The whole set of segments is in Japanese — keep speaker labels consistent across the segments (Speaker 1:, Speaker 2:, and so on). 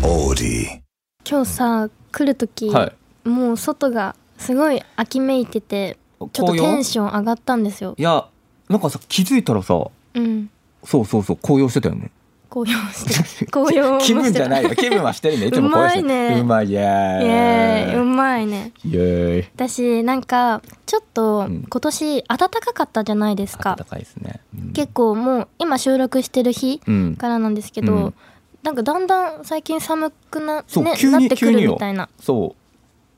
Speaker 1: body.
Speaker 2: 今日さ来る時、
Speaker 3: はい
Speaker 2: もう外がすごい秋めいててちょっと
Speaker 3: 紅
Speaker 2: テ
Speaker 3: 葉
Speaker 2: ンション上がったんですよ
Speaker 3: いやなんかさ気づいたらさ
Speaker 2: うん
Speaker 3: そうそうそう紅葉してたよね
Speaker 2: 紅葉して紅 葉もして
Speaker 3: 気分じゃないよ
Speaker 2: イ
Speaker 3: 気分はしてるねいつも紅葉してる
Speaker 2: うまいね
Speaker 3: うまいイ
Speaker 2: エーイう
Speaker 3: エー
Speaker 2: まいね
Speaker 3: イイエーイ
Speaker 2: 私なんかちょっと
Speaker 3: うん
Speaker 2: 今年暖かかったじゃないですか
Speaker 3: 暖、かいですね、うん
Speaker 2: 結構もう今収録してる日
Speaker 3: うん
Speaker 2: からなんですけど、
Speaker 3: うん
Speaker 2: なんかだんだん最近寒くな,、
Speaker 3: そう
Speaker 2: ね、
Speaker 3: 急に
Speaker 2: なってく
Speaker 3: 急に
Speaker 2: る
Speaker 3: よ
Speaker 2: みたいな
Speaker 3: そ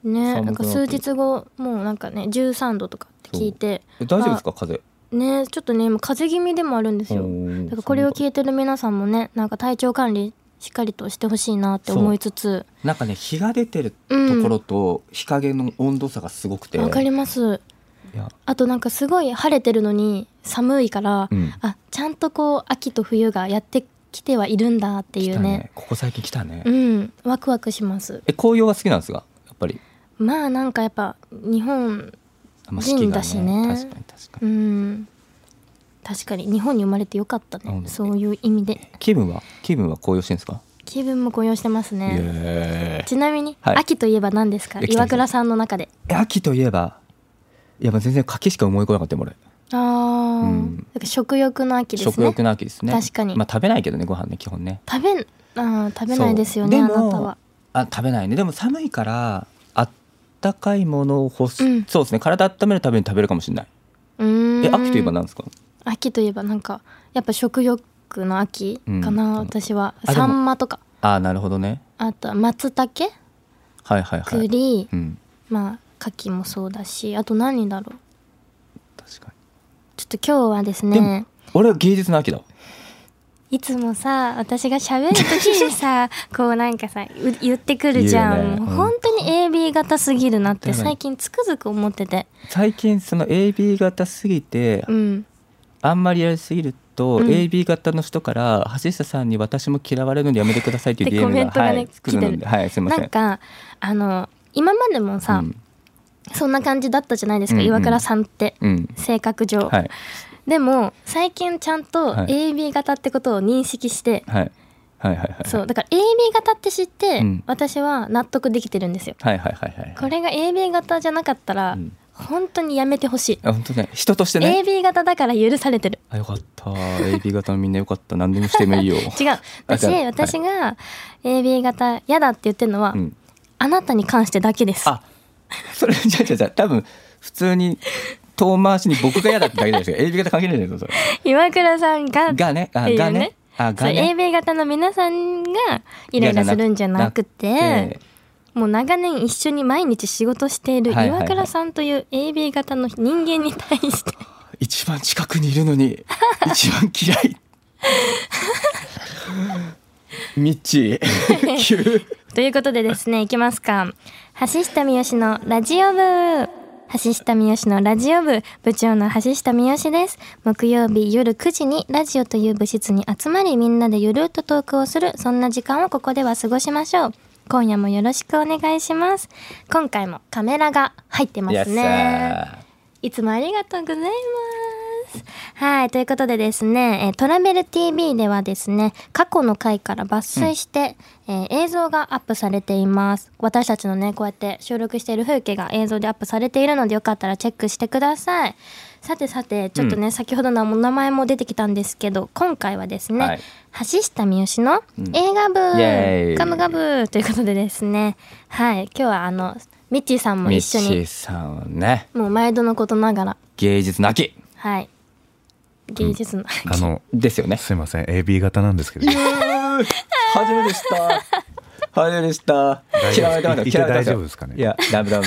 Speaker 3: う
Speaker 2: ね
Speaker 3: 寒く
Speaker 2: な
Speaker 3: なんっ
Speaker 2: か
Speaker 3: て
Speaker 2: 数日後もうなんかね13度とかって聞いて
Speaker 3: え大丈夫ですか風
Speaker 2: ねちょっとね今風邪気味でもあるんですよだからこれを
Speaker 3: い
Speaker 2: 聞いてる皆さんもねなんか体調管理しっかりとしてほしいなって思いつつ
Speaker 3: なんかね日が出てる
Speaker 2: うん
Speaker 3: ところと日陰の温度差がすごくて
Speaker 2: わかります
Speaker 3: いや
Speaker 2: あとなんかすごい晴れてるのに寒いから、
Speaker 3: うん
Speaker 2: あちゃんとこう秋と冬がやってきてはいるんだってい
Speaker 3: 来
Speaker 2: う
Speaker 3: た
Speaker 2: ね
Speaker 3: ねここ最近来たね、
Speaker 2: うんワクワクします
Speaker 3: え紅葉が好きなんですがやっぱり
Speaker 2: まあなんかやっぱ日本
Speaker 3: あんま
Speaker 2: 人だしね
Speaker 3: 確かに確か
Speaker 2: う
Speaker 3: に、
Speaker 2: ん確かに日本に生まれてよかった
Speaker 3: う
Speaker 2: ね
Speaker 3: ん
Speaker 2: そういう意味で
Speaker 3: 気分は気分は紅葉してんですか、
Speaker 2: 気分も高揚してます
Speaker 3: イエ
Speaker 2: ね
Speaker 3: ーイ
Speaker 2: ちなみに、
Speaker 3: はい
Speaker 2: 秋といえば何ですか
Speaker 3: え来た
Speaker 2: 岩倉さんの中で
Speaker 3: え秋といえばいやまあ全然柿しか思い浮かばなかったよ俺、
Speaker 2: ああ、
Speaker 3: ん
Speaker 2: なんか食欲の秋ですね
Speaker 3: 食欲の秋ですね
Speaker 2: 確かに
Speaker 3: まあ食べないけどねご飯ね基本ね
Speaker 2: 食べんあー食べないですよね
Speaker 3: そ
Speaker 2: あ
Speaker 3: うでも
Speaker 2: なたは
Speaker 3: あ食べないねでも寒いからあったかいものを欲し、
Speaker 2: うん
Speaker 3: そうですね体温めるために食べるかもしれないう
Speaker 2: ーん
Speaker 3: え秋といえば何ですか
Speaker 2: 秋といえばなんかやっぱ食欲の秋かな、
Speaker 3: うん
Speaker 2: 私は
Speaker 3: あで
Speaker 2: サ
Speaker 3: も
Speaker 2: ンマとか
Speaker 3: ああなるほどね
Speaker 2: あとは松茸
Speaker 3: はいはいはい
Speaker 2: 栗、
Speaker 3: うん
Speaker 2: まあ牡蠣もそうだしあと何だろう
Speaker 3: 確か
Speaker 2: ちょっと今日はです
Speaker 3: にでも
Speaker 2: ね
Speaker 3: 俺は芸術の秋だわ
Speaker 2: いつもさ私が喋る時に さこうなんかさう言ってくるじゃ、
Speaker 3: 言うんね
Speaker 2: もう
Speaker 3: うん
Speaker 2: 本当に AB 型すぎるなって
Speaker 3: 確かに
Speaker 2: 最近つくづく思ってて
Speaker 3: 最近その AB 型すぎて
Speaker 2: うん
Speaker 3: あんまりやりすぎると、
Speaker 2: うん
Speaker 3: AB 型の人から橋下さんに私も嫌われるのでやめてくださいっていう
Speaker 2: で
Speaker 3: DM が
Speaker 2: コメントがね
Speaker 3: はい、来る
Speaker 2: 来
Speaker 3: の
Speaker 2: て
Speaker 3: ではいすいません
Speaker 2: なんかあの今までもさ、
Speaker 3: うん
Speaker 2: そんな感じだったじゃないですか、
Speaker 3: うんうん
Speaker 2: 岩倉さんって、
Speaker 3: うん
Speaker 2: 性格上、
Speaker 3: はい
Speaker 2: でも最近ちゃんと
Speaker 3: はい
Speaker 2: AB 型ってことを認識して、
Speaker 3: はいはいはいはい
Speaker 2: そうだから AB 型って知って、
Speaker 3: うん
Speaker 2: 私は納得できてるんですよ
Speaker 3: はいはいはいはい
Speaker 2: これが AB 型じゃなかったら、
Speaker 3: うん
Speaker 2: 本当にやめてほしい、
Speaker 3: あ本当ね人としてね、
Speaker 2: AB 型だから許されてる
Speaker 3: あよかった AB 型のみんなよかった何でもしてもいい よ
Speaker 2: 違う私
Speaker 3: じゃあはい
Speaker 2: 私が AB 型嫌だって言ってるのは、
Speaker 3: うん、
Speaker 2: あなたに関してだけです
Speaker 3: あそれじゃあじゃあじゃあ多分普通に遠回しに僕が嫌だってだけじゃないですか AB 型関係ないじゃないですか そ
Speaker 2: 岩倉さんが
Speaker 3: れがねあ
Speaker 2: っていう
Speaker 3: が
Speaker 2: ね
Speaker 3: ねあ
Speaker 2: そう
Speaker 3: がね
Speaker 2: AB 型の皆さんがイライラするんじゃなく
Speaker 3: いやじ
Speaker 2: て
Speaker 3: ゃ
Speaker 2: もう長年一緒に毎日仕事している
Speaker 3: はいはい
Speaker 2: 岩
Speaker 3: はい
Speaker 2: 倉さんという AB 型の人間に対して
Speaker 3: 一番近くにいるの に一番嫌いミッ チー急
Speaker 2: ということでですね、いきますか。橋下三好のラジオ部。橋下三好のラジオ部、部長の橋下三好です。木曜日夜9時にラジオという部室に集まり、みんなでゆるっとトークをする、そんな時間をここでは過ごしましょう。今夜もよろしくお願いします。今回もカメラが入ってま
Speaker 3: いや
Speaker 2: すね。
Speaker 3: さ
Speaker 2: いつもありがとうございます。はい、ということでですね、えートラベル TV ではですね、過去の回から抜粋して、えー映像がアップされています。私たちのね、こうやって収録している風景が映像でアップされているので、よかったらチェックしてください。さてさて、ちょっとね、先ほどのお名前も出てきたんですけど、今回はですね、
Speaker 3: はい
Speaker 2: 橋下三好の映画部、
Speaker 3: イエーイ
Speaker 2: ガムガムということでですね、はい、今日はあの、ミッチーさんも
Speaker 3: ミ
Speaker 2: 一
Speaker 3: ッ
Speaker 2: 緒
Speaker 3: チ
Speaker 2: に
Speaker 3: ー、さんはね
Speaker 2: もう毎度のことながら、
Speaker 3: 芸術の秋
Speaker 2: はい。芸術の、
Speaker 4: あの、
Speaker 3: ですよね
Speaker 4: すいません、AB 型なんですけど。
Speaker 3: 初めでした。初めでした。
Speaker 4: 大丈夫
Speaker 3: 嫌われてま
Speaker 4: い
Speaker 3: す
Speaker 4: て
Speaker 3: よ。嫌わ
Speaker 4: 大
Speaker 3: れてますよ
Speaker 4: 丈夫ですかね
Speaker 3: いや、ダメダメ。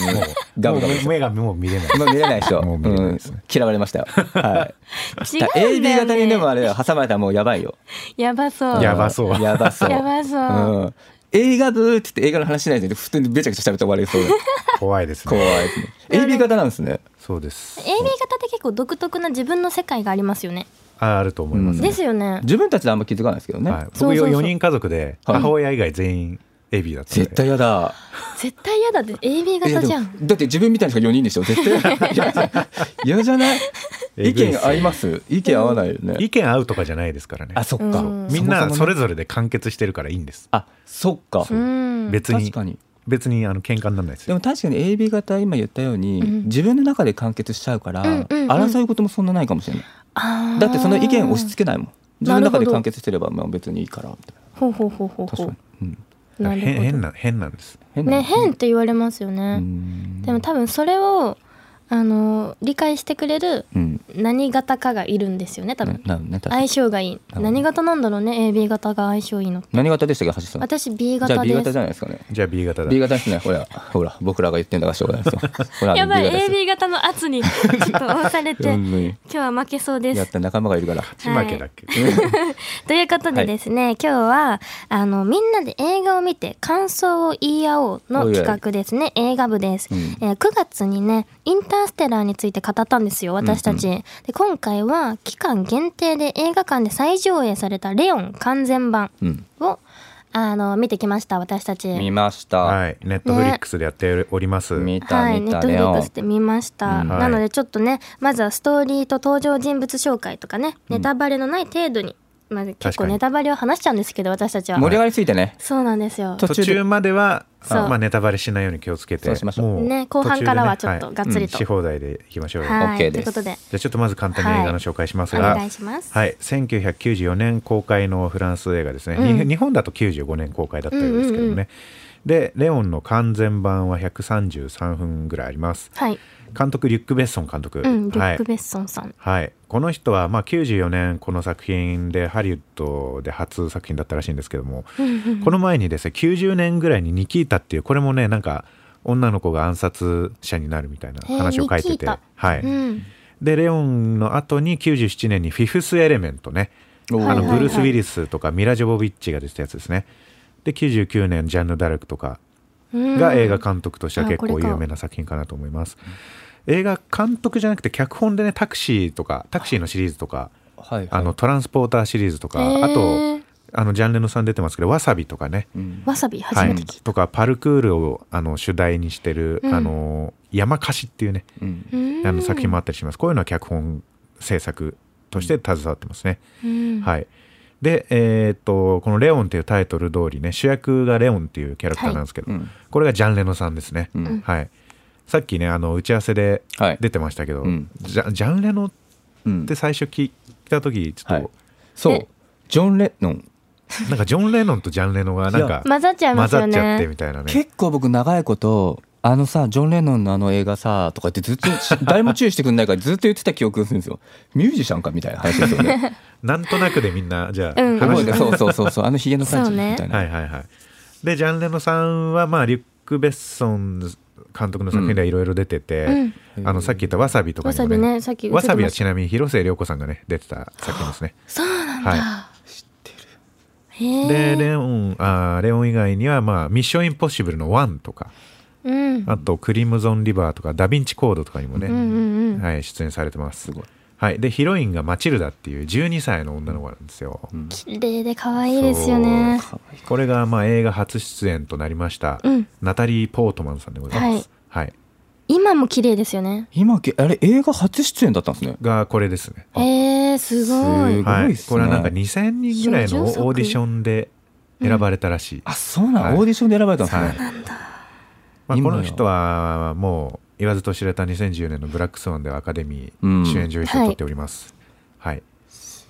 Speaker 3: ガブガブです
Speaker 4: もう目がもう見れない。
Speaker 3: もう見れないでしょ。
Speaker 4: もう見れないですね
Speaker 3: うん嫌われましたよ。はい。
Speaker 2: 違うんだ
Speaker 3: AB
Speaker 2: よ、ね。
Speaker 3: 型にでもあれよ挟まれたらもうやばいよ。
Speaker 2: やばそう。
Speaker 4: やばそう
Speaker 3: やばそう。。
Speaker 2: やばそうん
Speaker 3: 映画部って言って映画の話しないで普通にべちゃくちゃ喋って終わりそうで。
Speaker 4: 怖いです
Speaker 3: 怖い
Speaker 4: ね。
Speaker 3: ですね。AB 型なんですね。
Speaker 4: そうです。
Speaker 2: AB 型って結構独特な自分の世界がありますよね。
Speaker 4: あ、あると思います
Speaker 2: で
Speaker 4: ね。
Speaker 2: すよね。
Speaker 3: 自分たちであんま気づかないですけどね。
Speaker 4: はい、
Speaker 2: そう
Speaker 4: 僕
Speaker 2: そうそ
Speaker 4: 4
Speaker 2: う
Speaker 4: 人家族で
Speaker 3: はい
Speaker 4: 母親以外全員 AB だったの
Speaker 3: 絶
Speaker 4: で
Speaker 3: 対やだ。
Speaker 2: 絶対嫌だって、AB
Speaker 3: いや
Speaker 2: 型
Speaker 3: で
Speaker 2: じ
Speaker 3: も
Speaker 2: ゃん。
Speaker 3: だって自分みたいな人が4人でしょ。絶対嫌じゃない。嫌じゃない。意見合います意見合わないよね、
Speaker 4: 意見合うとかじゃないですからね
Speaker 3: あそっか、
Speaker 2: うん
Speaker 4: みんなそれ
Speaker 3: ぞ
Speaker 4: ぞれで完結してるからいいんです
Speaker 3: あそっか
Speaker 2: うん
Speaker 4: 別
Speaker 3: 確
Speaker 4: に
Speaker 3: かに
Speaker 4: 別にあの喧嘩にならないです
Speaker 3: で
Speaker 4: よ
Speaker 3: も確かに AB 型今言ったように、
Speaker 2: うん
Speaker 3: 自分の中で完結しちゃうから、
Speaker 2: うんうんうん
Speaker 3: 争いこともそんなないかもしれない
Speaker 2: あー
Speaker 3: だってその意見を押し付けないもん自分の中
Speaker 2: なるほど
Speaker 3: で完結してればまあ別にいいからみたい
Speaker 2: ほうほうほうほう
Speaker 3: な
Speaker 2: ほ
Speaker 3: 確かに
Speaker 2: う、
Speaker 3: うん、
Speaker 2: なるほど
Speaker 4: 変変な変なんです
Speaker 3: 変
Speaker 2: ね変っ
Speaker 3: ね
Speaker 2: て言われますよ
Speaker 3: う
Speaker 2: ね、
Speaker 3: ん
Speaker 2: でも多分それをあの理解してくれる
Speaker 3: うん
Speaker 2: 何型かがいるんですよね多分、
Speaker 3: ななね確か
Speaker 2: 相
Speaker 3: に
Speaker 2: 性がいい
Speaker 3: 多分
Speaker 2: 何型なんだろうね AB 型が相性いいの
Speaker 3: 何型でしたっけ橋さん
Speaker 2: 私 B
Speaker 3: じゃ
Speaker 2: 型
Speaker 3: あ
Speaker 2: で
Speaker 3: B
Speaker 2: す
Speaker 3: 型じゃないですかね
Speaker 4: じゃあ B 型だ
Speaker 3: B 型ですねほらほら僕らが言ってんだからしょうがないですよ ほら
Speaker 2: やばい
Speaker 3: B 型です
Speaker 2: AB 型の圧 にちょっと押されて
Speaker 3: うん
Speaker 2: 今
Speaker 3: うん
Speaker 2: 日は負けそうで
Speaker 3: や
Speaker 2: す
Speaker 3: った仲間が いるから
Speaker 4: ちまけだっけ、
Speaker 2: ということでですね、今日はあのみんなで映画を見て感想を言い合おうの
Speaker 3: おいおい
Speaker 2: 企画ですね映画部です、
Speaker 3: うん
Speaker 2: えー9月にねインターステラーについて語ったんですよ私たち、で今回は期間限定で映画館で再上映されたレオン完全版
Speaker 3: うん
Speaker 2: をあの見てきました私たち
Speaker 3: 見ました、
Speaker 4: はいネットフリックスでやっております、
Speaker 3: 見た
Speaker 2: はい、
Speaker 3: 見
Speaker 2: ネッ
Speaker 3: た
Speaker 2: トフリ
Speaker 3: レ
Speaker 2: ッ
Speaker 3: オ
Speaker 2: ク
Speaker 3: ン
Speaker 2: スで見ました、
Speaker 4: うんはい
Speaker 2: なのでちょっとねまずはストーリーと登場人物紹介とかねネタバレのない程度に、まあ、結
Speaker 4: 確か
Speaker 2: 構
Speaker 4: に
Speaker 2: ネタバレを話しちゃうんですけど私たちは
Speaker 3: 盛り上がりすぎてね
Speaker 2: そうなんですよ
Speaker 3: 途
Speaker 4: 途
Speaker 3: 中で
Speaker 4: 中までは
Speaker 2: そう
Speaker 4: あまあネタバレしないように気をつけて
Speaker 3: そうしましょう
Speaker 4: も
Speaker 2: ね後半からは
Speaker 4: 途中でね
Speaker 2: ちょっとがっつり
Speaker 4: い
Speaker 2: と
Speaker 4: うんし放題でいきましょうよ、
Speaker 2: はい、
Speaker 3: OK
Speaker 2: とい
Speaker 3: で
Speaker 2: う
Speaker 3: す
Speaker 2: ことで
Speaker 4: じゃあちょっとまず簡単に映画の紹介します
Speaker 2: お
Speaker 4: が、
Speaker 2: 願いします、
Speaker 4: はい、1994年公開のフランス映画ですね、
Speaker 2: うん
Speaker 4: に日本だと95年公開だったようですけどね、
Speaker 2: うんうんうん
Speaker 4: でレオンの完全版は133分ぐらいあります
Speaker 2: はい、
Speaker 4: 監督リュック・ベッソン監督、
Speaker 2: うん、リュ
Speaker 4: は
Speaker 2: ッ
Speaker 4: い
Speaker 2: ク・ベッソンさん、
Speaker 4: はい、この人は、まあ、94年この作品でハリウッドで初作品だったらしいんですけども、この前にですね90年ぐらいに「ニキータ」っていうこれもねなんか女の子が暗殺者になるみたいな話を書い
Speaker 2: へーニ
Speaker 4: て
Speaker 2: キ
Speaker 4: て、
Speaker 2: ータ
Speaker 4: はい
Speaker 2: うん、
Speaker 4: でレオンの後に97年に「フィフス・エレメントね」
Speaker 3: おー
Speaker 4: あ
Speaker 2: はい
Speaker 4: の
Speaker 2: はい
Speaker 4: ブルース・ウィリスとかミラ・ジョボビッチが出てたやつですねで99年ジャンヌ・ダルクとか
Speaker 2: うん
Speaker 4: が映画監督としては
Speaker 2: あ
Speaker 4: 結
Speaker 2: こ
Speaker 4: 構
Speaker 2: れか
Speaker 4: 有名な作品かなと思います映画監督じゃなくて脚本でねタクシーとかタクシーのシリーズとか
Speaker 3: はいはい
Speaker 4: あのトランスポーターシリーズとか、
Speaker 2: へー
Speaker 4: あとあのジャンルのさん出てますけどわさびとかね、
Speaker 3: うん
Speaker 2: わさび初
Speaker 4: は
Speaker 2: め
Speaker 4: い
Speaker 2: て聞い、
Speaker 4: とかパルクールをあの主題にしてる、
Speaker 2: うん
Speaker 4: あの山貸しっていうね
Speaker 3: うん
Speaker 2: た、うん
Speaker 4: あの作品もあったりしますこういうのは脚本制作として携わってますね、
Speaker 2: うん
Speaker 4: はいでえーっとこの「レオン」っていうタイトル通りね主役がレオンっていうキャラクターなんですけど、
Speaker 3: うん
Speaker 4: これがジャン・レノさんですね、
Speaker 3: うん
Speaker 4: はいさっきねあの打ち合わせで
Speaker 3: はい
Speaker 4: 出てましたけど、
Speaker 3: うん
Speaker 4: ジャジャン・レノっ
Speaker 3: うん
Speaker 4: て最初聞いた時ちょっと、
Speaker 3: はいそ
Speaker 2: え
Speaker 3: うジョン・レノン
Speaker 4: なんかジョン・レノンとジャン・レノンがなんか
Speaker 2: 混ざっちゃい
Speaker 4: 混
Speaker 2: ます
Speaker 4: ざ
Speaker 2: よ
Speaker 4: っちゃって
Speaker 2: ね
Speaker 4: みたいなね。
Speaker 3: 結構僕長いことあのさジョン・レノンのあの映画さとかってずっと 誰も注意してくんないからずっと言ってた記憶がするんですよミュージシャンかみたいな話ですよね
Speaker 4: なんとなくでみんなじゃあ
Speaker 2: うん
Speaker 3: 覚
Speaker 4: 話し
Speaker 3: え
Speaker 4: てた
Speaker 3: そうそうそうそうあのヒゲの感じ
Speaker 2: そう
Speaker 3: み
Speaker 2: ね
Speaker 3: たいな、
Speaker 4: はいはいはい。でジャン・レノさんはまあリュック・ベッソン監督の作品ではいろいろ出てて、あのさっき言った「わさび」とか
Speaker 2: わ
Speaker 4: にも
Speaker 2: さびねさっき映ってま
Speaker 4: わ
Speaker 2: した
Speaker 4: さびはちなみに広末涼子さんがね出てた作品ですね。
Speaker 2: そうなんだ、
Speaker 4: は
Speaker 2: 知ってるへ
Speaker 4: で
Speaker 2: え
Speaker 4: レオンあーレオン以外には、まあ「ミッション・インポッシブル」の「ワン」とか
Speaker 2: うん
Speaker 4: あと「クリムゾン・リバー」とか「ダ・ヴィンチ・コード」とかにもね、
Speaker 2: うんうん
Speaker 4: はい、出演されてます。
Speaker 3: すごい
Speaker 4: はい、でヒロインがマチルダっていう12歳の女の子なんですよ。
Speaker 2: 綺麗で可愛いですよね
Speaker 4: そうこれがまあ映画初出演となりました、
Speaker 2: うん
Speaker 4: ナタリー・ポートマンさんでございます。はい
Speaker 2: 今も綺麗ですよね
Speaker 3: 今けあれ映画初出演だったんですね
Speaker 4: がこれですね。
Speaker 2: えー、すご
Speaker 3: す
Speaker 2: い
Speaker 3: ごい
Speaker 4: は
Speaker 3: っ
Speaker 4: い、
Speaker 3: すね
Speaker 4: これはなんか2000人ぐらいの
Speaker 2: 表情作
Speaker 4: オーディションで選ばれたらしい。
Speaker 3: あそうな
Speaker 4: は
Speaker 3: ん
Speaker 4: い
Speaker 3: オーディションで選ばれたんですね、
Speaker 4: はいまあ、
Speaker 3: 今
Speaker 4: こ
Speaker 3: や
Speaker 4: の人はもう言わずと知れた2010年の「ブラックスワン」ではアカデミ
Speaker 3: うん
Speaker 4: ー主演女優賞を取っております。はい、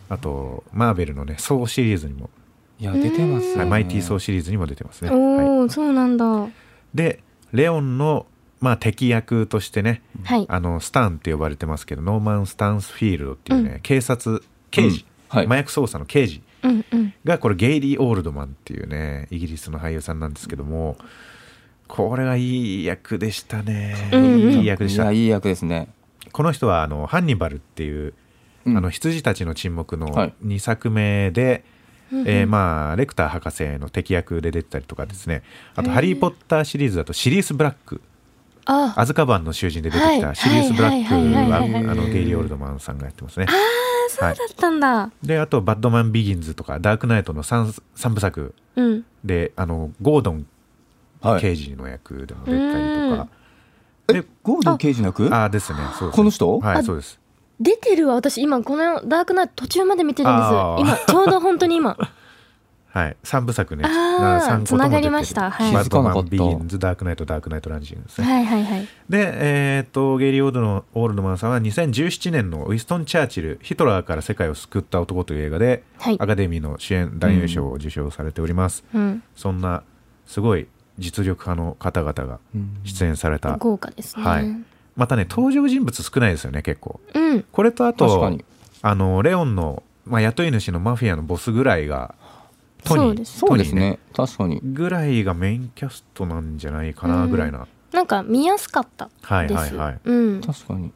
Speaker 4: あとマーベルのね「ソー」シリーズにも、
Speaker 3: いや出てますよ
Speaker 4: は
Speaker 3: ね
Speaker 4: いマイティー・ソーシリーズにも出てますね。はい
Speaker 2: おお、そうなんだ。は
Speaker 4: でレオンの、まあ、敵役としてね
Speaker 2: い。
Speaker 4: あのスタンって呼ばれてますけどノーマン・スタンスフィールドっていうね、警察刑事、
Speaker 3: うんはい
Speaker 4: 麻薬捜査の刑事
Speaker 2: うんうん。
Speaker 4: がこれゲイリー・オールドマンっていうねイギリスの俳優さんなんですけどもこれはいい役でしたね、
Speaker 2: うんうん
Speaker 4: いい役でし
Speaker 3: いや
Speaker 4: た
Speaker 3: いい役ですね
Speaker 4: この人はあのハンニバルっていう、
Speaker 3: うん
Speaker 4: あの羊たちの沈黙の
Speaker 3: はい
Speaker 4: 2作目で、えーまあレクター博士の敵役で出てたりとかですねあと「ハリー・ポッター」シリーズだとシリウス・ブラック
Speaker 2: あ、
Speaker 4: アズカバンの囚人で出てき
Speaker 2: はい
Speaker 4: たシリウス・ブラック
Speaker 2: はい
Speaker 4: は
Speaker 2: はいはいはいはい
Speaker 4: あのゲイリー・オールドマンさんがやってますね。はい、
Speaker 2: だったんだ。
Speaker 4: であと「バッドマン・ビギンズ」とか「ダークナイト」の 3, 三部作
Speaker 2: うん。
Speaker 4: であのゴードン
Speaker 3: はい
Speaker 4: 刑事の役でも出てたりとか、
Speaker 3: えゴードン刑事の役
Speaker 4: ああですねそうですね
Speaker 3: この人
Speaker 4: はいそうです
Speaker 2: 出てるわ私今このダークナイト途中まで見てるんです
Speaker 4: あー
Speaker 2: 今ちょうど本当 に今
Speaker 4: はい、三部作ね。
Speaker 2: あー
Speaker 4: あー三個とも
Speaker 2: つながりましたはい
Speaker 4: バットマ
Speaker 3: 気づかなかっ
Speaker 4: ン、
Speaker 3: た
Speaker 4: ビギンズ、ダークナイト、ダークナイトランジングですね。
Speaker 2: はいはいはい
Speaker 4: で、えっと、ゲイリー・オールドのオールドマンさんは2017年のウィストン・チャーチル、ヒトラーから世界を救った男という映画で、
Speaker 2: はい
Speaker 4: アカデミーの主演男優賞を受賞されております。
Speaker 2: うん
Speaker 4: そんな、すごい実力派の方々が
Speaker 3: うん
Speaker 4: 出演された。
Speaker 2: 豪華ですね、
Speaker 4: はいまたね、登場人物少ないですよね、結構。
Speaker 2: うん
Speaker 4: これとあ
Speaker 3: 確か
Speaker 4: と
Speaker 3: に、
Speaker 4: あの、レオンの、まあ、雇い主のマフィアのボスぐらいが、トニー
Speaker 2: そうです
Speaker 3: そうです
Speaker 4: トニー
Speaker 3: ね確かに
Speaker 4: ぐらいがメインキャストなんじゃないか
Speaker 2: う
Speaker 4: なんぐらいな、
Speaker 2: なんか見やすかったです、
Speaker 4: はいはいはい
Speaker 2: うん
Speaker 3: 確かに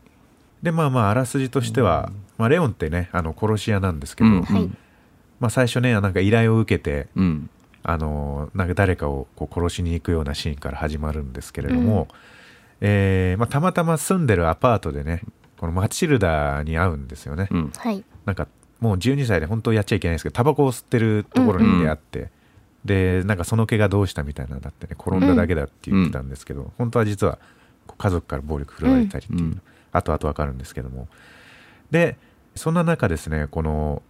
Speaker 4: でまあまああらすじとしては、まあ、レオンってねあの殺し屋なんですけ
Speaker 3: う
Speaker 4: ど、
Speaker 3: ん
Speaker 2: はい
Speaker 4: まあ、最初ねなんか依頼を受けて
Speaker 3: うん
Speaker 4: あのなんか誰かをこう殺しに行くようなシーンから始まるんですけれども、えーまあ、たまたま住んでるアパートでねこのマチルダに会うんですよね、
Speaker 3: うん
Speaker 2: はい
Speaker 4: なんかもう12歳で本当やっちゃいけないんですけどタバコを吸ってるところに出会って、でなんかその毛がどうしたみたいなのだってね転んだだけだって言ってたんですけど、本当は実はこう家族から暴力振るわれたりっていう、
Speaker 3: うん
Speaker 4: 後々わかるんですけどもでそんな中ですねこの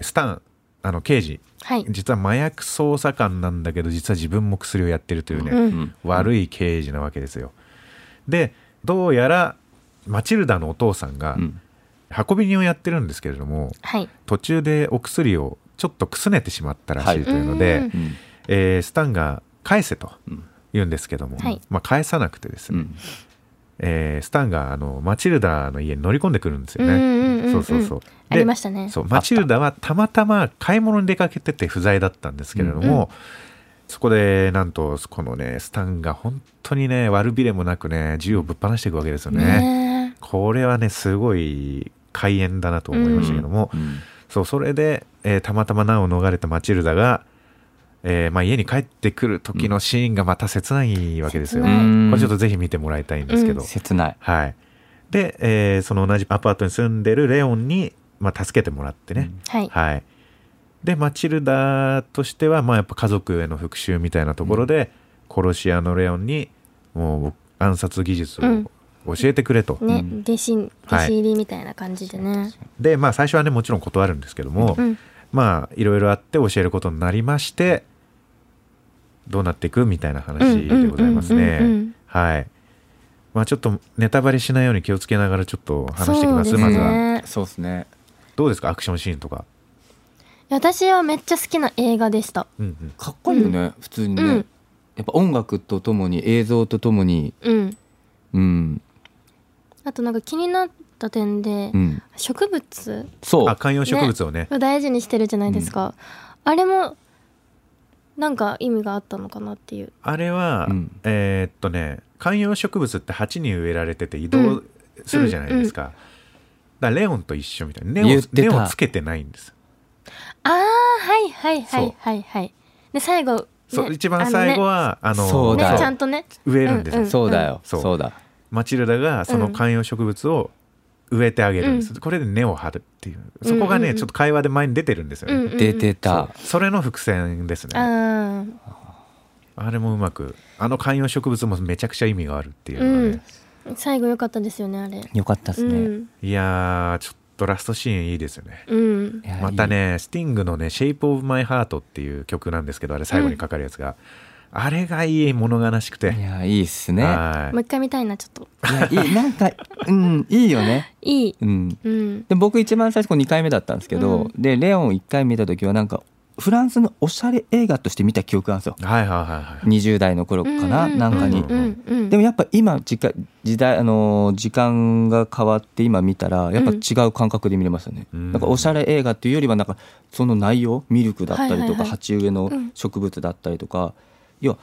Speaker 4: スタンあの刑事
Speaker 2: はい
Speaker 4: 実は麻薬捜査官なんだけど実は自分も薬をやってるというね、
Speaker 2: うん
Speaker 4: 悪い刑事なわけですよでどうやらマチルダのお父さんが
Speaker 3: うん
Speaker 4: 運び人をやってるんですけれども、
Speaker 2: はい
Speaker 4: 途中でお薬をちょっとくすねてしまったらしいというので、
Speaker 2: はいうん
Speaker 3: うん
Speaker 4: えースタンが返せと
Speaker 3: うん
Speaker 4: 言うんですけども、
Speaker 2: はい
Speaker 4: まあ、返さなくてです
Speaker 3: う
Speaker 4: ね、
Speaker 3: ん
Speaker 4: えースタンがあのマチルダの家に乗り込んでくるんですよ
Speaker 2: うんうんうんうん
Speaker 4: ね。そうそうそう
Speaker 2: あ
Speaker 4: で
Speaker 2: りましたね
Speaker 4: そうマチルダはたまたま買い物に出かけてて不在だったんですけれど
Speaker 2: うんう
Speaker 4: も、そこでなんとこのねスタンが本当にね悪びれもなくね銃をぶっ放していくわけですよね。
Speaker 2: ね
Speaker 4: これはねすごい開演だなと思いましたけども、
Speaker 3: うん
Speaker 4: そうそれで、えーたまたま難を逃れたマチルダが、えーまあ、家に帰ってくる時のシーンがまた切ないわけですよ。
Speaker 2: 切ない
Speaker 3: うん
Speaker 4: これちょっとぜひ見てもらいたいんですけど、
Speaker 3: 切ない
Speaker 4: はい、で、えーその同じアパートに住んでるレオンに、まあ、助けてもらってね、
Speaker 2: はい
Speaker 4: はい、でマチルダとしては、まあ、やっぱ家族への復讐みたいなところで、殺し屋のレオンにもう暗殺技術
Speaker 2: うん
Speaker 4: を教えてくれと、
Speaker 2: ね、
Speaker 3: うん
Speaker 2: 弟子弟子入りみたいな感じでね、
Speaker 4: で、まあ、最初はねもちろん断るんですけども、
Speaker 2: うん
Speaker 4: まあいろいろあって教えることになりましてどうなっていくみたいな話でございます
Speaker 2: うんうんうんうんうん
Speaker 4: ね。はい。まあちょっとネタバレしないように気をつけながらちょっと話していきます
Speaker 2: そうです
Speaker 4: ま
Speaker 2: ね
Speaker 4: ずは。
Speaker 3: そうですね
Speaker 4: どうですかアクションシーンとか。
Speaker 2: 私はめっちゃ好きな映画でした
Speaker 4: うんうん
Speaker 3: かっこいいよね普通に
Speaker 2: う
Speaker 3: ね
Speaker 2: ん
Speaker 3: やっぱ音楽とともに映像とともに
Speaker 2: うん
Speaker 3: うん
Speaker 2: あとなんか気になった点で、
Speaker 3: うん
Speaker 2: 植物
Speaker 3: そ
Speaker 4: あ
Speaker 3: う
Speaker 4: 観葉植物をね。
Speaker 2: を大事にしてるじゃないですか、あれもなんか意味があったのかなっていう
Speaker 4: あれは、
Speaker 3: うん
Speaker 4: えーっとね観葉植物って鉢に植えられてて移動するじゃないですか。だからレオンと一緒みたいな根
Speaker 3: 言
Speaker 4: を
Speaker 3: ってた
Speaker 4: 根をつけてないんです。
Speaker 2: ああはいはいはいはいはいで最後、ね、
Speaker 4: そう一番最後
Speaker 2: は
Speaker 4: はあの,、
Speaker 3: そう
Speaker 2: ね
Speaker 3: だよ
Speaker 2: ちゃんとね
Speaker 4: 植えるんですよ。
Speaker 2: うん
Speaker 3: そうだよ
Speaker 4: そう
Speaker 3: そうだ
Speaker 4: マチルダがその観葉植物を植えてあげるんです、これで根を張るっていうそこがね、
Speaker 2: うんうんうん
Speaker 4: ちょっと会話で前に出てるんですよね、
Speaker 2: うんうんうん
Speaker 3: 出て
Speaker 4: そう
Speaker 3: た
Speaker 4: それの伏線ですねあ
Speaker 2: あー
Speaker 4: れもうまくあの観葉植物もめちゃくちゃ意味があるっていうのがね、
Speaker 2: 最後良かったですよねあれ
Speaker 3: よかったで
Speaker 2: う
Speaker 3: すね
Speaker 2: ん
Speaker 4: いやーちょっとラストシーンいいですよね
Speaker 2: うん
Speaker 3: いや
Speaker 4: またねスティングのね「Shape of My Heart」っていう曲なんですけどあれ最後にかかるやつが、あれがいい物悲しくて、
Speaker 3: いいやいいっすね
Speaker 4: は
Speaker 2: もう一回見たいなちょっと
Speaker 3: いやいいなんかうんいいよね
Speaker 2: いい
Speaker 3: うん
Speaker 2: うん
Speaker 3: で僕一番最初こう2回目だったんですけど、でレオン1回見た時はなんかフランスのおしゃれ映画として見た記憶なんですよ
Speaker 4: い、はいはいはい
Speaker 3: 20代の頃かな、
Speaker 2: うう
Speaker 3: なんかに、
Speaker 2: うんうんうん
Speaker 3: でもやっぱ今時間時代あのー時間が変わって今見たらやっぱ違う感覚で見れましたね、
Speaker 4: うん
Speaker 3: なんかおしゃれ映画っていうよりはなんかその内容ミルクだったりとか、
Speaker 2: はいはいはい
Speaker 3: 鉢植えの
Speaker 2: うん
Speaker 3: 植物だったりとか、要は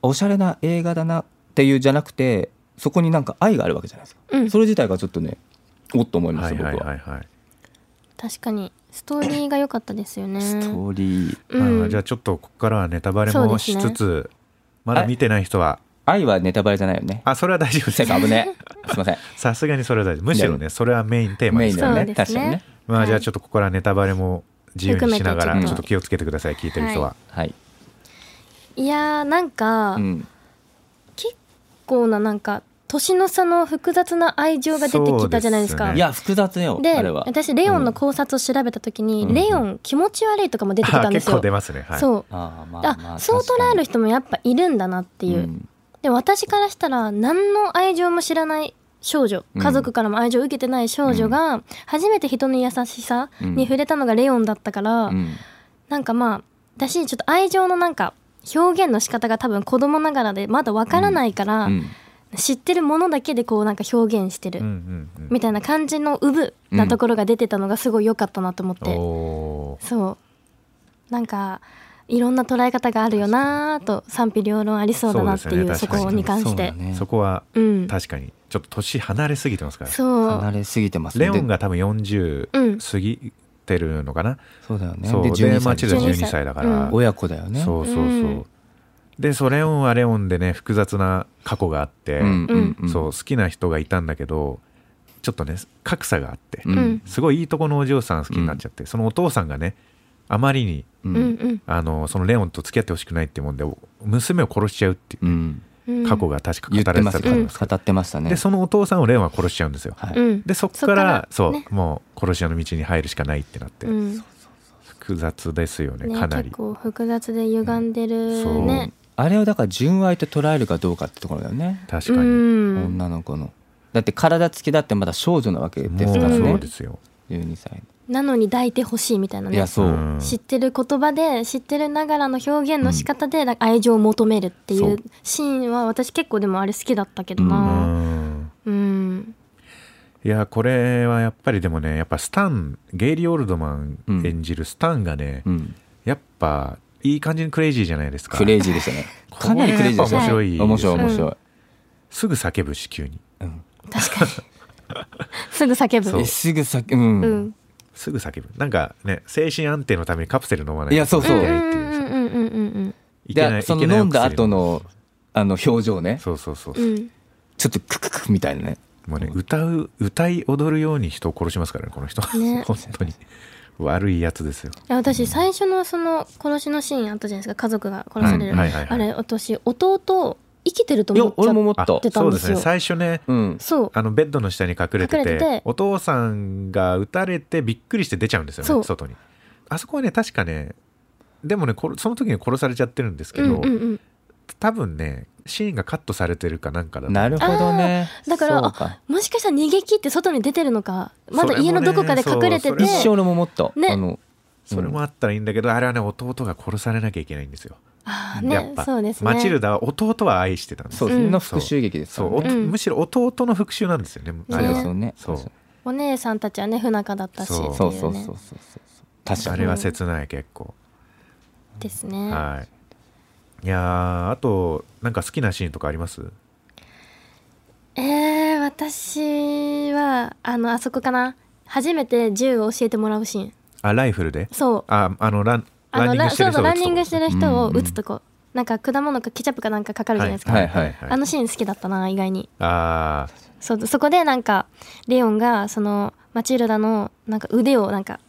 Speaker 3: おしゃれな映画だなっていうじゃなくてそこになんか愛があるわけじゃないですか、
Speaker 2: うん
Speaker 3: それ自体がちょっとねおっと思いま
Speaker 4: は
Speaker 3: し
Speaker 4: い
Speaker 3: た、
Speaker 4: はい
Speaker 3: 僕は
Speaker 4: は。いはい
Speaker 2: 確かにストーリーが良かったですよね
Speaker 3: ストーリー
Speaker 2: うん
Speaker 4: あーじゃあちょっとここからはネタバレ
Speaker 2: そう
Speaker 4: も
Speaker 2: です
Speaker 4: し
Speaker 2: ね
Speaker 4: つつ、まだ見てない人は
Speaker 3: 愛はネタバレじゃないよね。
Speaker 4: あそれは大丈夫で
Speaker 3: せ
Speaker 4: す
Speaker 3: っか危ねえ。すいません。
Speaker 4: さすがにそれは大丈夫むしろねそれはメインテーマ
Speaker 3: メ
Speaker 4: で
Speaker 3: イン
Speaker 4: す
Speaker 3: だ
Speaker 4: から
Speaker 2: そ
Speaker 3: よね
Speaker 2: う。です
Speaker 3: 確かに
Speaker 2: ね
Speaker 3: ね。
Speaker 4: ま
Speaker 2: は
Speaker 4: あ
Speaker 2: い
Speaker 4: じゃあちょっとここからネタバレも自由にしなが
Speaker 2: 含め
Speaker 4: ら
Speaker 2: て
Speaker 4: ちょっ
Speaker 2: ちょっと
Speaker 4: と気をつけてください聞いてる人は、
Speaker 3: はい。
Speaker 2: いやーなんか、
Speaker 3: うん。
Speaker 2: 結構ななんか年の差の複雑な愛情が出てきたじゃないです
Speaker 4: そ
Speaker 2: か
Speaker 4: う
Speaker 3: いや複雑よ
Speaker 2: で
Speaker 3: あれは
Speaker 2: 私レオンの考察を調べた時に、レオン気持ち悪いとかも出てきたんです
Speaker 4: 結
Speaker 2: よ、
Speaker 4: 構出ますね。はい。
Speaker 2: そう
Speaker 3: あーま
Speaker 2: あ、そう捉える人もやっぱいるんだなっていう、
Speaker 3: うん
Speaker 2: で私からしたら何の愛情も知らない少女
Speaker 3: うん
Speaker 2: 家族からも愛情を受けてない少女が初めて人の優しさに触れたのがレオンだったから、
Speaker 3: うん
Speaker 2: なんかまあ私ちょっと愛情のなんか表現の仕方が多分子供ながらでまだわからないから、
Speaker 3: うん
Speaker 2: 知ってるものだけでこうなんか表現してる、
Speaker 4: うんうん
Speaker 2: みたいな感じのうぶなところが出てたのがすごい良かったなと思っ
Speaker 4: うん。
Speaker 2: て、
Speaker 4: おー
Speaker 2: そうなんかいろんな捉え方があるよなぁと賛否両論ありそうだなってい
Speaker 4: そ
Speaker 2: うそう
Speaker 4: ですね確かに
Speaker 2: こに関し
Speaker 3: そう
Speaker 2: て
Speaker 3: だね
Speaker 4: そこは
Speaker 2: うん
Speaker 4: 確かにちょっと年離れすぎてますから。
Speaker 2: そう
Speaker 3: 離れすぎてますね
Speaker 4: レオン
Speaker 3: で
Speaker 4: が多分
Speaker 2: うん
Speaker 4: 40過ぎてるのかな。
Speaker 3: そうだよね
Speaker 4: そう
Speaker 3: で
Speaker 4: で
Speaker 3: 12歳
Speaker 4: マチルダ
Speaker 2: 12
Speaker 4: 12
Speaker 2: 歳
Speaker 4: 歳だか
Speaker 2: う
Speaker 4: ら
Speaker 2: ん。
Speaker 3: 親子だよね
Speaker 4: そうそうそう。
Speaker 2: うん
Speaker 4: でそうレオンはレオンでね複雑な過去があって、
Speaker 3: うんうんうん
Speaker 4: そう好きな人がいたんだけどちょっとね格差があって、
Speaker 3: うん
Speaker 2: うん
Speaker 4: すごいいいとこのお嬢さん好きになっちゃって、そのお父さんがねあまりに
Speaker 3: う
Speaker 2: うんん
Speaker 4: あのそのレオンと付き合ってほしくないってもんでお娘を殺しちゃうってい
Speaker 3: うん
Speaker 2: うん
Speaker 4: う過去が確か語
Speaker 3: 言っ
Speaker 4: られて
Speaker 3: てま
Speaker 4: たと
Speaker 3: す
Speaker 4: 思いますけど、
Speaker 3: 語ってましたね
Speaker 4: でそのお父さんをレオンは殺しちゃうんですよ、
Speaker 3: はい
Speaker 2: うん
Speaker 4: でそっ
Speaker 2: そ
Speaker 4: か
Speaker 2: っ
Speaker 4: ら
Speaker 2: から
Speaker 4: そう、
Speaker 2: ね
Speaker 4: もう殺し屋の道に入るしかないってなって、
Speaker 2: うん
Speaker 4: 複雑ですよね
Speaker 2: ね
Speaker 4: かなり
Speaker 2: 結構複雑で歪んでるね
Speaker 3: あれをだから純愛と捉えるかどうかってところだよね
Speaker 4: 確
Speaker 2: う
Speaker 4: かに、
Speaker 2: ん
Speaker 3: 女の子のだって体つきだってまだ少女なわけです
Speaker 4: も
Speaker 3: から
Speaker 4: うそう
Speaker 3: ね
Speaker 4: ですよ、
Speaker 3: 12歳
Speaker 2: なのに抱いてほしいみたいない
Speaker 3: や
Speaker 2: ね
Speaker 3: そう、
Speaker 4: うん
Speaker 2: 知ってる言葉で知ってるながらの表現の仕方で愛情を求めるってい
Speaker 3: そうう
Speaker 2: シーンは私結構でもあれ好きだったけど
Speaker 4: う
Speaker 2: な
Speaker 4: ーん
Speaker 2: うん
Speaker 4: いやこれはやっぱりでもねやっぱスタンゲイリー・オールドマン
Speaker 3: うん
Speaker 4: 演じるスタンがね、
Speaker 3: うん、
Speaker 4: やっぱいい感じにクレイジーじゃないですか
Speaker 3: クレイジーでしたね
Speaker 4: これ
Speaker 3: かなりクレイジーでしたね
Speaker 4: やっぱ面白いですね
Speaker 3: 面白い面白い、
Speaker 4: すぐ叫ぶし急に
Speaker 3: うん
Speaker 2: 確かにすぐ叫ぶ
Speaker 4: そう
Speaker 3: えすぐさうん、
Speaker 2: うん
Speaker 4: すぐ叫ぶなんかね精神安定のためにカプセル飲まないと
Speaker 3: いやそうそう
Speaker 4: い
Speaker 2: うん
Speaker 4: けない
Speaker 2: う
Speaker 4: って
Speaker 2: ん
Speaker 4: いうさ
Speaker 2: うんうんうん
Speaker 4: いけない
Speaker 3: でその飲んだ後のあの表情
Speaker 4: いけないお薬
Speaker 3: ね
Speaker 4: そうそうそう
Speaker 2: う
Speaker 4: そうん
Speaker 2: うん
Speaker 3: ちょっとクククみたいなね
Speaker 4: もうね歌う歌い踊るように人を殺しますからねこの人、
Speaker 2: ね
Speaker 4: 本当に悪いやつですよ
Speaker 2: いや私最初のその殺しのシーンあったじゃないですか家族が殺される、
Speaker 4: うんはいはいはい
Speaker 2: あれ私弟生きてると
Speaker 3: いや
Speaker 2: 思っち
Speaker 3: 俺
Speaker 2: ゃ
Speaker 3: も思っ
Speaker 4: あ
Speaker 3: た
Speaker 2: 出た
Speaker 4: そ
Speaker 2: ん
Speaker 4: う
Speaker 2: で
Speaker 4: ですす
Speaker 2: よ
Speaker 4: ね最初ね
Speaker 3: うん
Speaker 2: そう
Speaker 4: あのベッドの下に隠れてて
Speaker 2: 隠れてて
Speaker 4: お父さんが撃たれてびっくりして出ちゃうんですよ
Speaker 2: そう
Speaker 4: ね外にあそこはね確かねでもねこれその時に殺されちゃってるんですけ
Speaker 2: うん
Speaker 4: ど、
Speaker 2: うんうん
Speaker 4: 多分ねシーンがカットされてるかなんかだと思う
Speaker 3: なるほどね
Speaker 2: だから
Speaker 3: そうか
Speaker 2: もしかしたら逃げ切って外に出てるのかまだ家のどこかで
Speaker 4: それも
Speaker 2: 隠
Speaker 4: ね
Speaker 2: れて
Speaker 4: そう
Speaker 2: て
Speaker 4: で
Speaker 3: 一生俺も思った、
Speaker 2: ね
Speaker 3: あの
Speaker 4: それもあったらいいんだけど、あれはね弟が殺されなきゃいけないんですよ、
Speaker 2: あー
Speaker 4: や
Speaker 2: ね
Speaker 4: っぱ
Speaker 2: そうですね
Speaker 4: マチルダは弟は愛してたんです
Speaker 3: そ
Speaker 4: よ
Speaker 3: うですね、
Speaker 2: うん
Speaker 3: の復讐劇ですか
Speaker 4: そ
Speaker 3: ら
Speaker 4: う、おと
Speaker 3: ね
Speaker 2: うん
Speaker 4: むしろ弟の復讐なんですよねあ
Speaker 3: あ
Speaker 4: れ
Speaker 3: れ
Speaker 4: は
Speaker 3: ですよね
Speaker 4: そう
Speaker 2: お姉さんたちはね不仲だったしってい
Speaker 4: そうう
Speaker 2: ね
Speaker 3: そうそうそうそうそう確か
Speaker 4: あ
Speaker 3: に
Speaker 4: れは切ない結構、
Speaker 2: ですね、
Speaker 4: はいいやーあとなんか好きなシーンとかあります
Speaker 2: えー、私はあのあそこかな初めて銃を教えてもらうシーン
Speaker 4: あライフルで
Speaker 2: そう
Speaker 4: ああのラン
Speaker 2: あ
Speaker 4: ラ
Speaker 2: の
Speaker 4: ンニング
Speaker 2: ラ
Speaker 4: してる
Speaker 2: そう
Speaker 4: 人
Speaker 2: そう
Speaker 4: が
Speaker 2: ラ
Speaker 4: 撃つと
Speaker 2: ンニン
Speaker 4: こ
Speaker 2: グしてる人を
Speaker 3: うんうん
Speaker 2: 打つとこ、なんか果物かケチャップかなんかかかるじゃないですか、
Speaker 3: はいはい
Speaker 2: あのシーン好きだったな意外に
Speaker 4: あー
Speaker 2: そうそこでなんかレオンがそのマチルダのなんか腕をなんか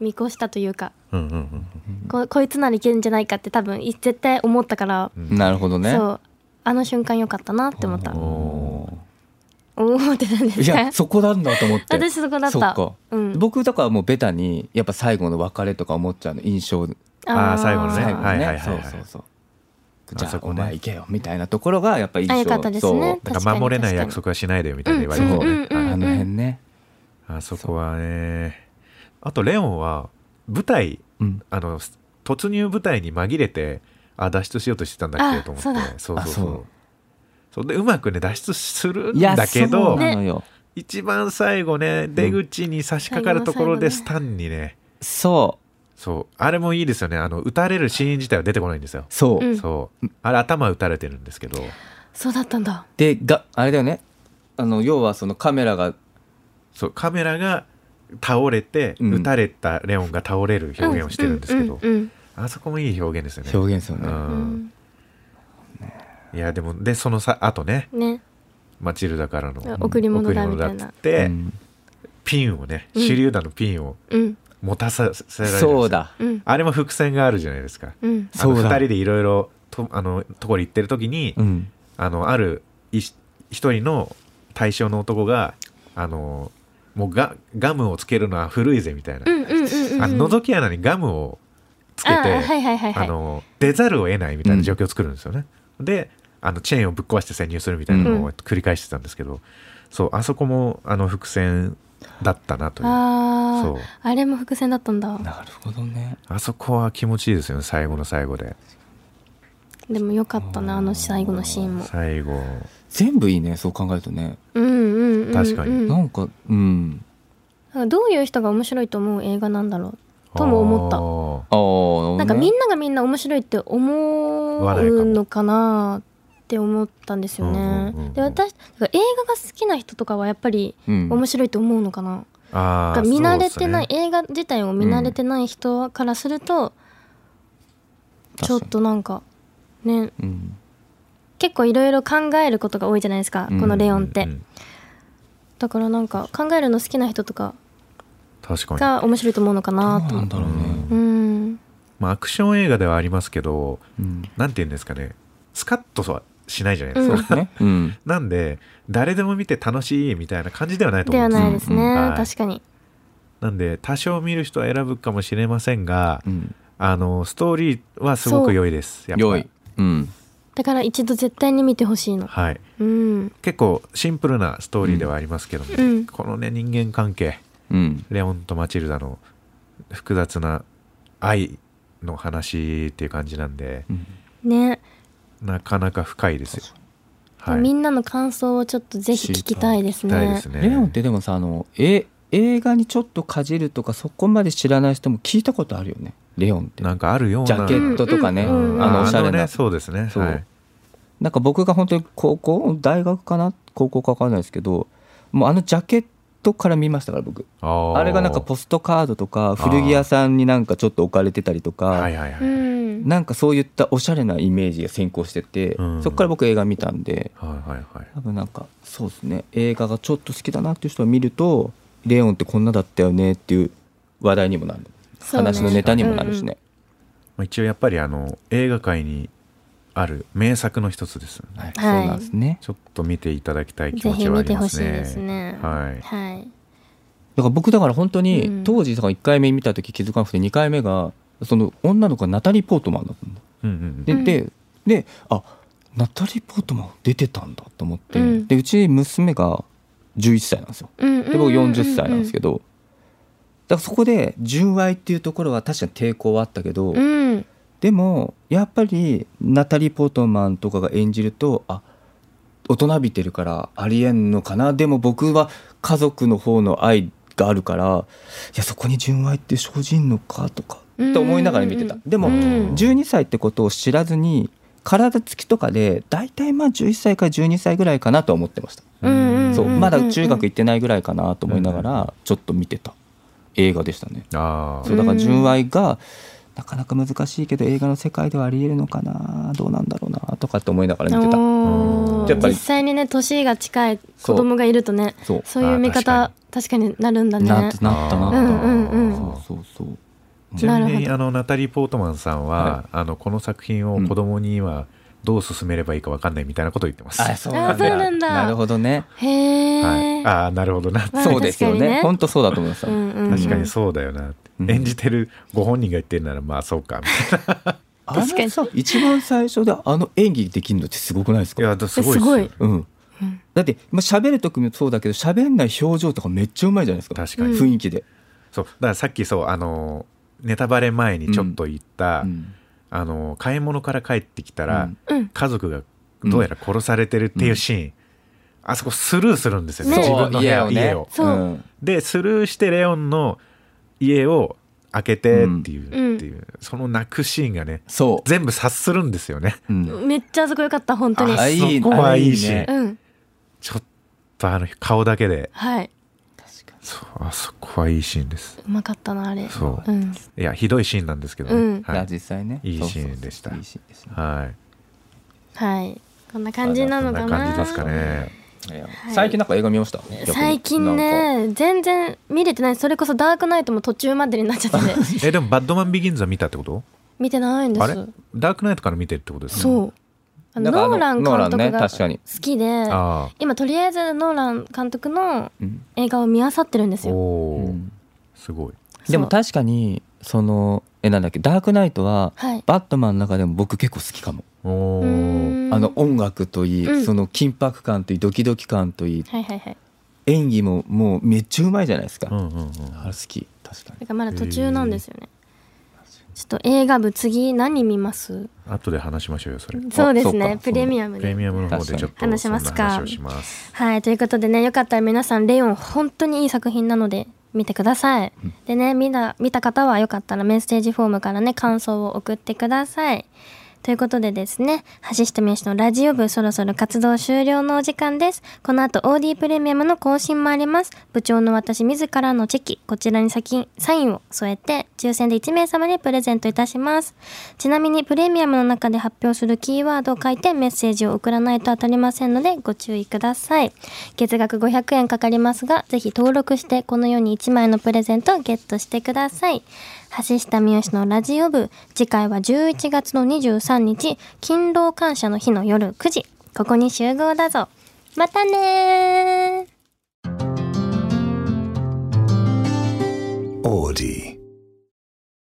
Speaker 2: 見越したというか、
Speaker 4: うんうんうん
Speaker 2: ここいつならいけるんじゃないかって多分い絶対思ったから、
Speaker 4: うん
Speaker 3: なるほどね
Speaker 2: そうあの瞬間良かったなって思ったお
Speaker 3: お
Speaker 2: おーってなんで
Speaker 3: ーい
Speaker 2: すか
Speaker 3: やそこなんだと思って
Speaker 2: 私そこだった
Speaker 3: そっか
Speaker 2: うん、
Speaker 3: 僕とかはもうベタにやっぱ最後の別れとか思っちゃうの印象
Speaker 4: あー最後のね
Speaker 3: 最
Speaker 2: あ
Speaker 3: 後
Speaker 2: ー
Speaker 4: は
Speaker 3: の
Speaker 4: い
Speaker 3: ね、
Speaker 4: はいはい
Speaker 3: そう
Speaker 4: はい
Speaker 3: そうそう
Speaker 4: あ
Speaker 3: じゃあ
Speaker 4: そこ
Speaker 3: お
Speaker 4: ね
Speaker 3: 前行けよみたいなところがやっぱ印象
Speaker 2: あよかったですね
Speaker 4: なん
Speaker 2: 確か
Speaker 4: か
Speaker 2: に
Speaker 4: 守れない約束はしないでよみたいな言われ
Speaker 3: そう
Speaker 4: ても
Speaker 3: そう、
Speaker 2: うんうんうん
Speaker 3: あの辺ね、
Speaker 4: あそこはねあとレオンは舞台
Speaker 3: うん、
Speaker 4: あのす突入舞台に紛れてあ脱出しようとしてたんだっけと思って
Speaker 2: あ
Speaker 4: そうそうそう
Speaker 3: だあそう
Speaker 4: そうでうまくね脱出するん
Speaker 3: いや
Speaker 4: だけ
Speaker 3: そ
Speaker 4: ど、
Speaker 3: うなのよ、
Speaker 4: 一番最後ね出口に差し掛かるところ
Speaker 2: う
Speaker 4: で
Speaker 2: ん
Speaker 4: スタンにね
Speaker 3: そう
Speaker 4: そうあれもいいですよねあの撃たれるシーン自体は出てこないんですよ、
Speaker 3: そう、
Speaker 2: うん
Speaker 4: そうあれ頭撃たれてるんですけど
Speaker 2: そうだったんだ
Speaker 3: でがあれだよねあの要はそのカメラが
Speaker 4: そうカメラが倒れて、
Speaker 3: うん
Speaker 4: 撃たれたレオンが倒れる表現をしてるんですけど、
Speaker 2: うんうん
Speaker 4: あそこもいい表現ですよね
Speaker 3: 表現ですよね、
Speaker 2: う
Speaker 4: うんんいやでもでそのさあとね
Speaker 2: うんね
Speaker 4: マチルダからの
Speaker 2: 贈り物だみたい
Speaker 4: 贈り
Speaker 2: な
Speaker 4: っつって、
Speaker 3: うん
Speaker 4: ピンをね
Speaker 2: うん
Speaker 4: 手榴弾のピンを
Speaker 2: うん
Speaker 4: 持たさせられるんですよ
Speaker 3: そうだ
Speaker 2: うん
Speaker 4: あれも伏線があるじゃないですか
Speaker 2: うん
Speaker 4: あの
Speaker 3: そうだ
Speaker 4: 二人でいろいろとあのところ行ってる時に、
Speaker 3: うん
Speaker 4: あのある石一人の対象の男があのもうガガムをつけるのは古いぜみたいな、
Speaker 2: うんうんうんうん
Speaker 4: あの覗き穴にガムをつけて
Speaker 2: あーはいはいはいはい
Speaker 4: あの出ざるを得ないみたいな状況を作るんですよね、であのチェーンをぶっ壊して潜入するみたいなのを繰り返してたんですけど、そうあそこもあの伏線だったなというあ
Speaker 2: あ
Speaker 4: そう
Speaker 2: ーあれも伏線だったんだ
Speaker 3: なるほどね
Speaker 4: そこは気持ちいいですよね最後の最後で
Speaker 2: でもよかったなあの最後のシーンも
Speaker 4: 最後
Speaker 3: 全部いいねそう考えるとね、
Speaker 2: うんうんうんうん
Speaker 4: 確かに
Speaker 3: なんかうん
Speaker 2: なんかどういう人が面白いと思う映画なんだろうとも思った
Speaker 4: 思
Speaker 3: ああ
Speaker 2: なんかみんながみんな面白いって思うのかなって思ったんですよね。
Speaker 4: うんうんうんうん
Speaker 2: で私だから映画が好きな人とかはやっぱり
Speaker 3: うん
Speaker 2: 面白いと思うのかな。
Speaker 4: たあー
Speaker 2: だから見慣れてな
Speaker 4: そ
Speaker 2: い、
Speaker 4: うですね
Speaker 2: 映画自体を見慣れてない人からすると、ちょっとなんかね
Speaker 3: うん
Speaker 2: 結構いろいろ考えることが多いじゃないですか、
Speaker 3: うん
Speaker 2: このレオンって、
Speaker 4: うんうん
Speaker 2: だからなんか考えるの好きな人とか
Speaker 4: 確かに
Speaker 2: が面白いと思うのかなと
Speaker 3: どうな
Speaker 2: 思
Speaker 3: ん
Speaker 2: う
Speaker 3: だろうね
Speaker 2: うん
Speaker 4: まあ、アクション映画ではありますけど
Speaker 3: うん
Speaker 4: なんて言うんですかねスカッとはしないじゃないです
Speaker 3: そう
Speaker 4: か、
Speaker 3: ですねうん
Speaker 4: なんで誰でも見て楽しいみたいな感じではないと
Speaker 2: で
Speaker 4: 思う
Speaker 2: は
Speaker 4: ん
Speaker 2: な
Speaker 4: で
Speaker 2: いですすね、
Speaker 4: うんはい
Speaker 2: 確かに
Speaker 4: なんで多少見る人は選ぶかもしれませんが、
Speaker 3: うん
Speaker 4: あのストーリーはすごく良いですやっぱ
Speaker 3: 良いうん
Speaker 2: だから一度絶対に見てほしいの
Speaker 4: はい、
Speaker 2: うん
Speaker 4: 結構シンプルなストーリーではありますけども、
Speaker 2: うん
Speaker 4: このね人間関係
Speaker 3: うん
Speaker 4: レオンとマチルダの複雑な愛の話っていう感じなんで
Speaker 3: うん
Speaker 2: ね、
Speaker 4: なかなか深いですよはい
Speaker 2: みんなの感想をちょっとぜひ聞きたいです
Speaker 4: 期待で
Speaker 2: ね
Speaker 4: す。ね
Speaker 3: レオンってでもさあのえ映画にちょっとかじるとかそこまで知らない人も聞いたことあるよねレオンって
Speaker 4: なんかあるような
Speaker 3: ジャケットとかね、
Speaker 2: うんうんうん
Speaker 3: あのおしゃれな、
Speaker 4: ねそうですね
Speaker 3: そう
Speaker 4: はい
Speaker 3: なんか僕が本当に高校大学かな高校かわかんないですけどもうあのジャケットから見ましたから僕
Speaker 4: あー
Speaker 3: あれがなんかポストカードとか古着屋さんになんかちょっと置かれてたりと
Speaker 4: は
Speaker 3: か
Speaker 4: いはいはい、
Speaker 2: うん、
Speaker 3: なんかそういったおしゃれなイメージが先行してて
Speaker 4: うん
Speaker 3: そこから僕映画見たんで
Speaker 4: はいはいはい
Speaker 3: 多分なんかそうですね映画がちょっと好きだなっていう人を見るとレオンってこんなだったよねっていう話題にもなる
Speaker 2: そうね
Speaker 3: 話のネタにもなるしね。
Speaker 4: まあ、一応やっぱりあの映画界にある名作の一つですよね
Speaker 3: は
Speaker 2: い
Speaker 3: い、そうなんですね
Speaker 4: ちょっと見ていただきたい気
Speaker 2: ぜ
Speaker 4: 持
Speaker 2: ひ
Speaker 4: ちはあ
Speaker 2: 見
Speaker 4: り
Speaker 2: て
Speaker 4: ま
Speaker 2: ほしい
Speaker 4: すね
Speaker 2: ですね。
Speaker 4: はい
Speaker 2: はい。
Speaker 3: だから僕だから本当
Speaker 2: う
Speaker 3: に
Speaker 2: ん
Speaker 3: 当時だから1回目見た時気づかなくて2回目がその女の子がナタリー・ポートマンだったんだ
Speaker 4: うんうん
Speaker 3: で、
Speaker 2: うん
Speaker 3: でであナタリー・ポートマン出てたんだと思って、
Speaker 2: うん
Speaker 3: でうち娘が11歳なんですよ
Speaker 2: うんうん
Speaker 3: で僕40歳なんですけ
Speaker 2: ど。
Speaker 3: ど、だからそこで純愛っていうところは確かに抵抗はあったけ
Speaker 2: う
Speaker 3: ど、
Speaker 2: ん、
Speaker 3: でもやっぱりナタリー・ポートマンとかが演じるとあ大人びてるからありえんのかなでも僕は家族の方の愛があるからいやそこに純愛って生じんのかとか
Speaker 2: うん
Speaker 3: って思いながら見てた
Speaker 2: うん
Speaker 3: でも
Speaker 2: うん
Speaker 3: 12歳ってことを知らずに体つきとかで大体まあ11歳から12歳ぐらいかなとは思ってました
Speaker 2: うんうん
Speaker 3: そうまだ中学
Speaker 2: 行
Speaker 3: 行ってないぐらいかなと思いながらちょっと見てた映画でしたね
Speaker 4: ああ
Speaker 3: そうだから純愛がなかなか難しいけど映画の世界ではありえるのかなどうなんだろうなとかって思いながら見てた
Speaker 4: うん
Speaker 2: おー
Speaker 3: やっぱり
Speaker 2: 実際にね年が近い子
Speaker 3: そう
Speaker 2: 供がいるとね
Speaker 3: そう
Speaker 2: そういう見
Speaker 4: あ
Speaker 2: 方確かになるんだね
Speaker 3: なったなったなった、
Speaker 2: うんうんうん
Speaker 3: そうそうそう
Speaker 4: ちなみ
Speaker 2: なる
Speaker 4: に
Speaker 2: ほ
Speaker 4: あのナタリー・ポートマンさんは、
Speaker 3: は
Speaker 4: あのこの作品を子供にはどう進めればいいかわかんないみたいなことを言ってます、
Speaker 3: あそうなんだ
Speaker 2: あそうなんだ
Speaker 3: なるほどね
Speaker 2: へ
Speaker 4: は
Speaker 2: え、
Speaker 4: い、ああなるほどな、
Speaker 2: まあ
Speaker 3: そうですよ
Speaker 2: 確か
Speaker 3: ね
Speaker 2: にね
Speaker 3: 本当そうだと思いました、
Speaker 2: うんうんうん、
Speaker 4: 確かにそうだよなって、
Speaker 3: うん
Speaker 4: 演じてるご本人が言ってるならまあそうかみたい
Speaker 3: あの
Speaker 2: 確かに
Speaker 3: さ一番最初であの演技できるのってすごくないですか
Speaker 4: ないやだすごいっ
Speaker 2: すごい
Speaker 3: うんだってまあ喋る時もそうだけど喋んない表情とかめっちゃうまいじゃないですか
Speaker 4: 確かに、
Speaker 2: うん
Speaker 3: 雰囲気で、
Speaker 4: そうだからさっきそうあのネタバレ前にちょっと言った、
Speaker 3: うん
Speaker 4: あの買い物から帰ってきたら、
Speaker 3: うん
Speaker 2: うん
Speaker 4: 家族がどうやら殺されてるっていうシーン、あそこスルーするんですよね
Speaker 2: ね
Speaker 4: 自分の部屋
Speaker 3: そう
Speaker 4: 家を,、
Speaker 3: ね
Speaker 2: そう
Speaker 3: うん
Speaker 4: でスルーしてレオンの家を開けてっていう,、
Speaker 2: うん
Speaker 4: っていうその泣くシーンがね
Speaker 3: そう、
Speaker 4: 全部察するんですよね
Speaker 3: うん
Speaker 2: めっちゃあそこ良かった本当に
Speaker 3: あいい
Speaker 4: そこはいいし
Speaker 3: あね
Speaker 2: うん
Speaker 4: ちょっとあの顔だけで
Speaker 2: はい
Speaker 4: そうあそこはいいシーンです
Speaker 2: うまかったなあれ、
Speaker 4: そう
Speaker 2: ん、
Speaker 4: いやひどいシーンなんですけどね、
Speaker 2: うん
Speaker 3: い
Speaker 4: は
Speaker 3: や
Speaker 4: い、
Speaker 3: 実際ね
Speaker 4: いい
Speaker 3: そうそ
Speaker 4: シ
Speaker 3: うそう
Speaker 4: ーンでした
Speaker 3: いいシーンですね
Speaker 4: はい、
Speaker 2: はいこんな感じな
Speaker 4: こん
Speaker 2: の
Speaker 4: な
Speaker 2: かな
Speaker 4: 感じですかね
Speaker 3: いや
Speaker 2: い
Speaker 3: 最近なんか映画見ました
Speaker 2: 最近ね全然見れてないそれこそ「ダークナイト」も途中までになっちゃってて
Speaker 4: えでも「バッドマン・ビギンズ」は見たってこと
Speaker 2: 見てないんで
Speaker 4: あれ
Speaker 2: す
Speaker 4: ダークナイトから見てるってことですか
Speaker 2: そうあの
Speaker 3: だから
Speaker 2: ノーラ
Speaker 3: あの
Speaker 2: ン監
Speaker 3: ノーラン
Speaker 2: 督
Speaker 3: ね
Speaker 2: が
Speaker 3: 確か
Speaker 2: 好
Speaker 3: に
Speaker 2: きで、
Speaker 4: あ
Speaker 2: 今とりあえずノーラン監督の
Speaker 3: うん
Speaker 2: 映画を見漁ってるんです
Speaker 4: あお
Speaker 2: よ。
Speaker 4: おー、
Speaker 3: うん
Speaker 4: すごい
Speaker 3: でも
Speaker 2: そう
Speaker 3: 確かにそのえなんだっけダークナイトは
Speaker 2: はい。
Speaker 3: バットマンの中でも僕結構好きかも、
Speaker 4: お
Speaker 2: う
Speaker 4: おー
Speaker 2: ーん
Speaker 3: あの音楽といい、
Speaker 2: うん
Speaker 3: その緊迫感といいドキドキ感といい
Speaker 2: はいはいはい。
Speaker 3: 演技ももうめっちゃうまいじゃないですか、
Speaker 4: うんうんうん
Speaker 3: あれ好き確か
Speaker 2: だからまだ途中なんですよね。ちょっと映画部次何見ます？
Speaker 4: 後で話しましょうよそれ
Speaker 2: そうです
Speaker 3: そう
Speaker 2: ね
Speaker 3: か。
Speaker 2: プレミアム
Speaker 4: プ
Speaker 2: で
Speaker 4: レ。ミアムの方でちょっと
Speaker 2: 話します
Speaker 4: そん
Speaker 2: か
Speaker 4: な話をします
Speaker 2: はい、ということでね、よかったら皆さん、レオン、本当にいい作品なので、見てください。でね、見た、見た方はよかったらメッセージフォームからね、感想を送ってください。ということでですね、橋下美由のラジオ部そろそろ活動終了のお時間です。この後 OD プレミアムの更新もあります。部長の私自らのチェキ、こちらに先サインを添えて、抽選で1名様にプレゼントいたします。ちなみにプレミアムの中で発表するキーワードを書いてメッセージを送らないと当たりませんのでご注意ください。月額500円かかりますが、ぜひ登録してこのように1枚のプレゼントをゲットしてください。橋下美由のラジオ部、次回は11月の23日、勤労感謝の日の夜9時、ここに集合だぞ。またねー
Speaker 1: Audi.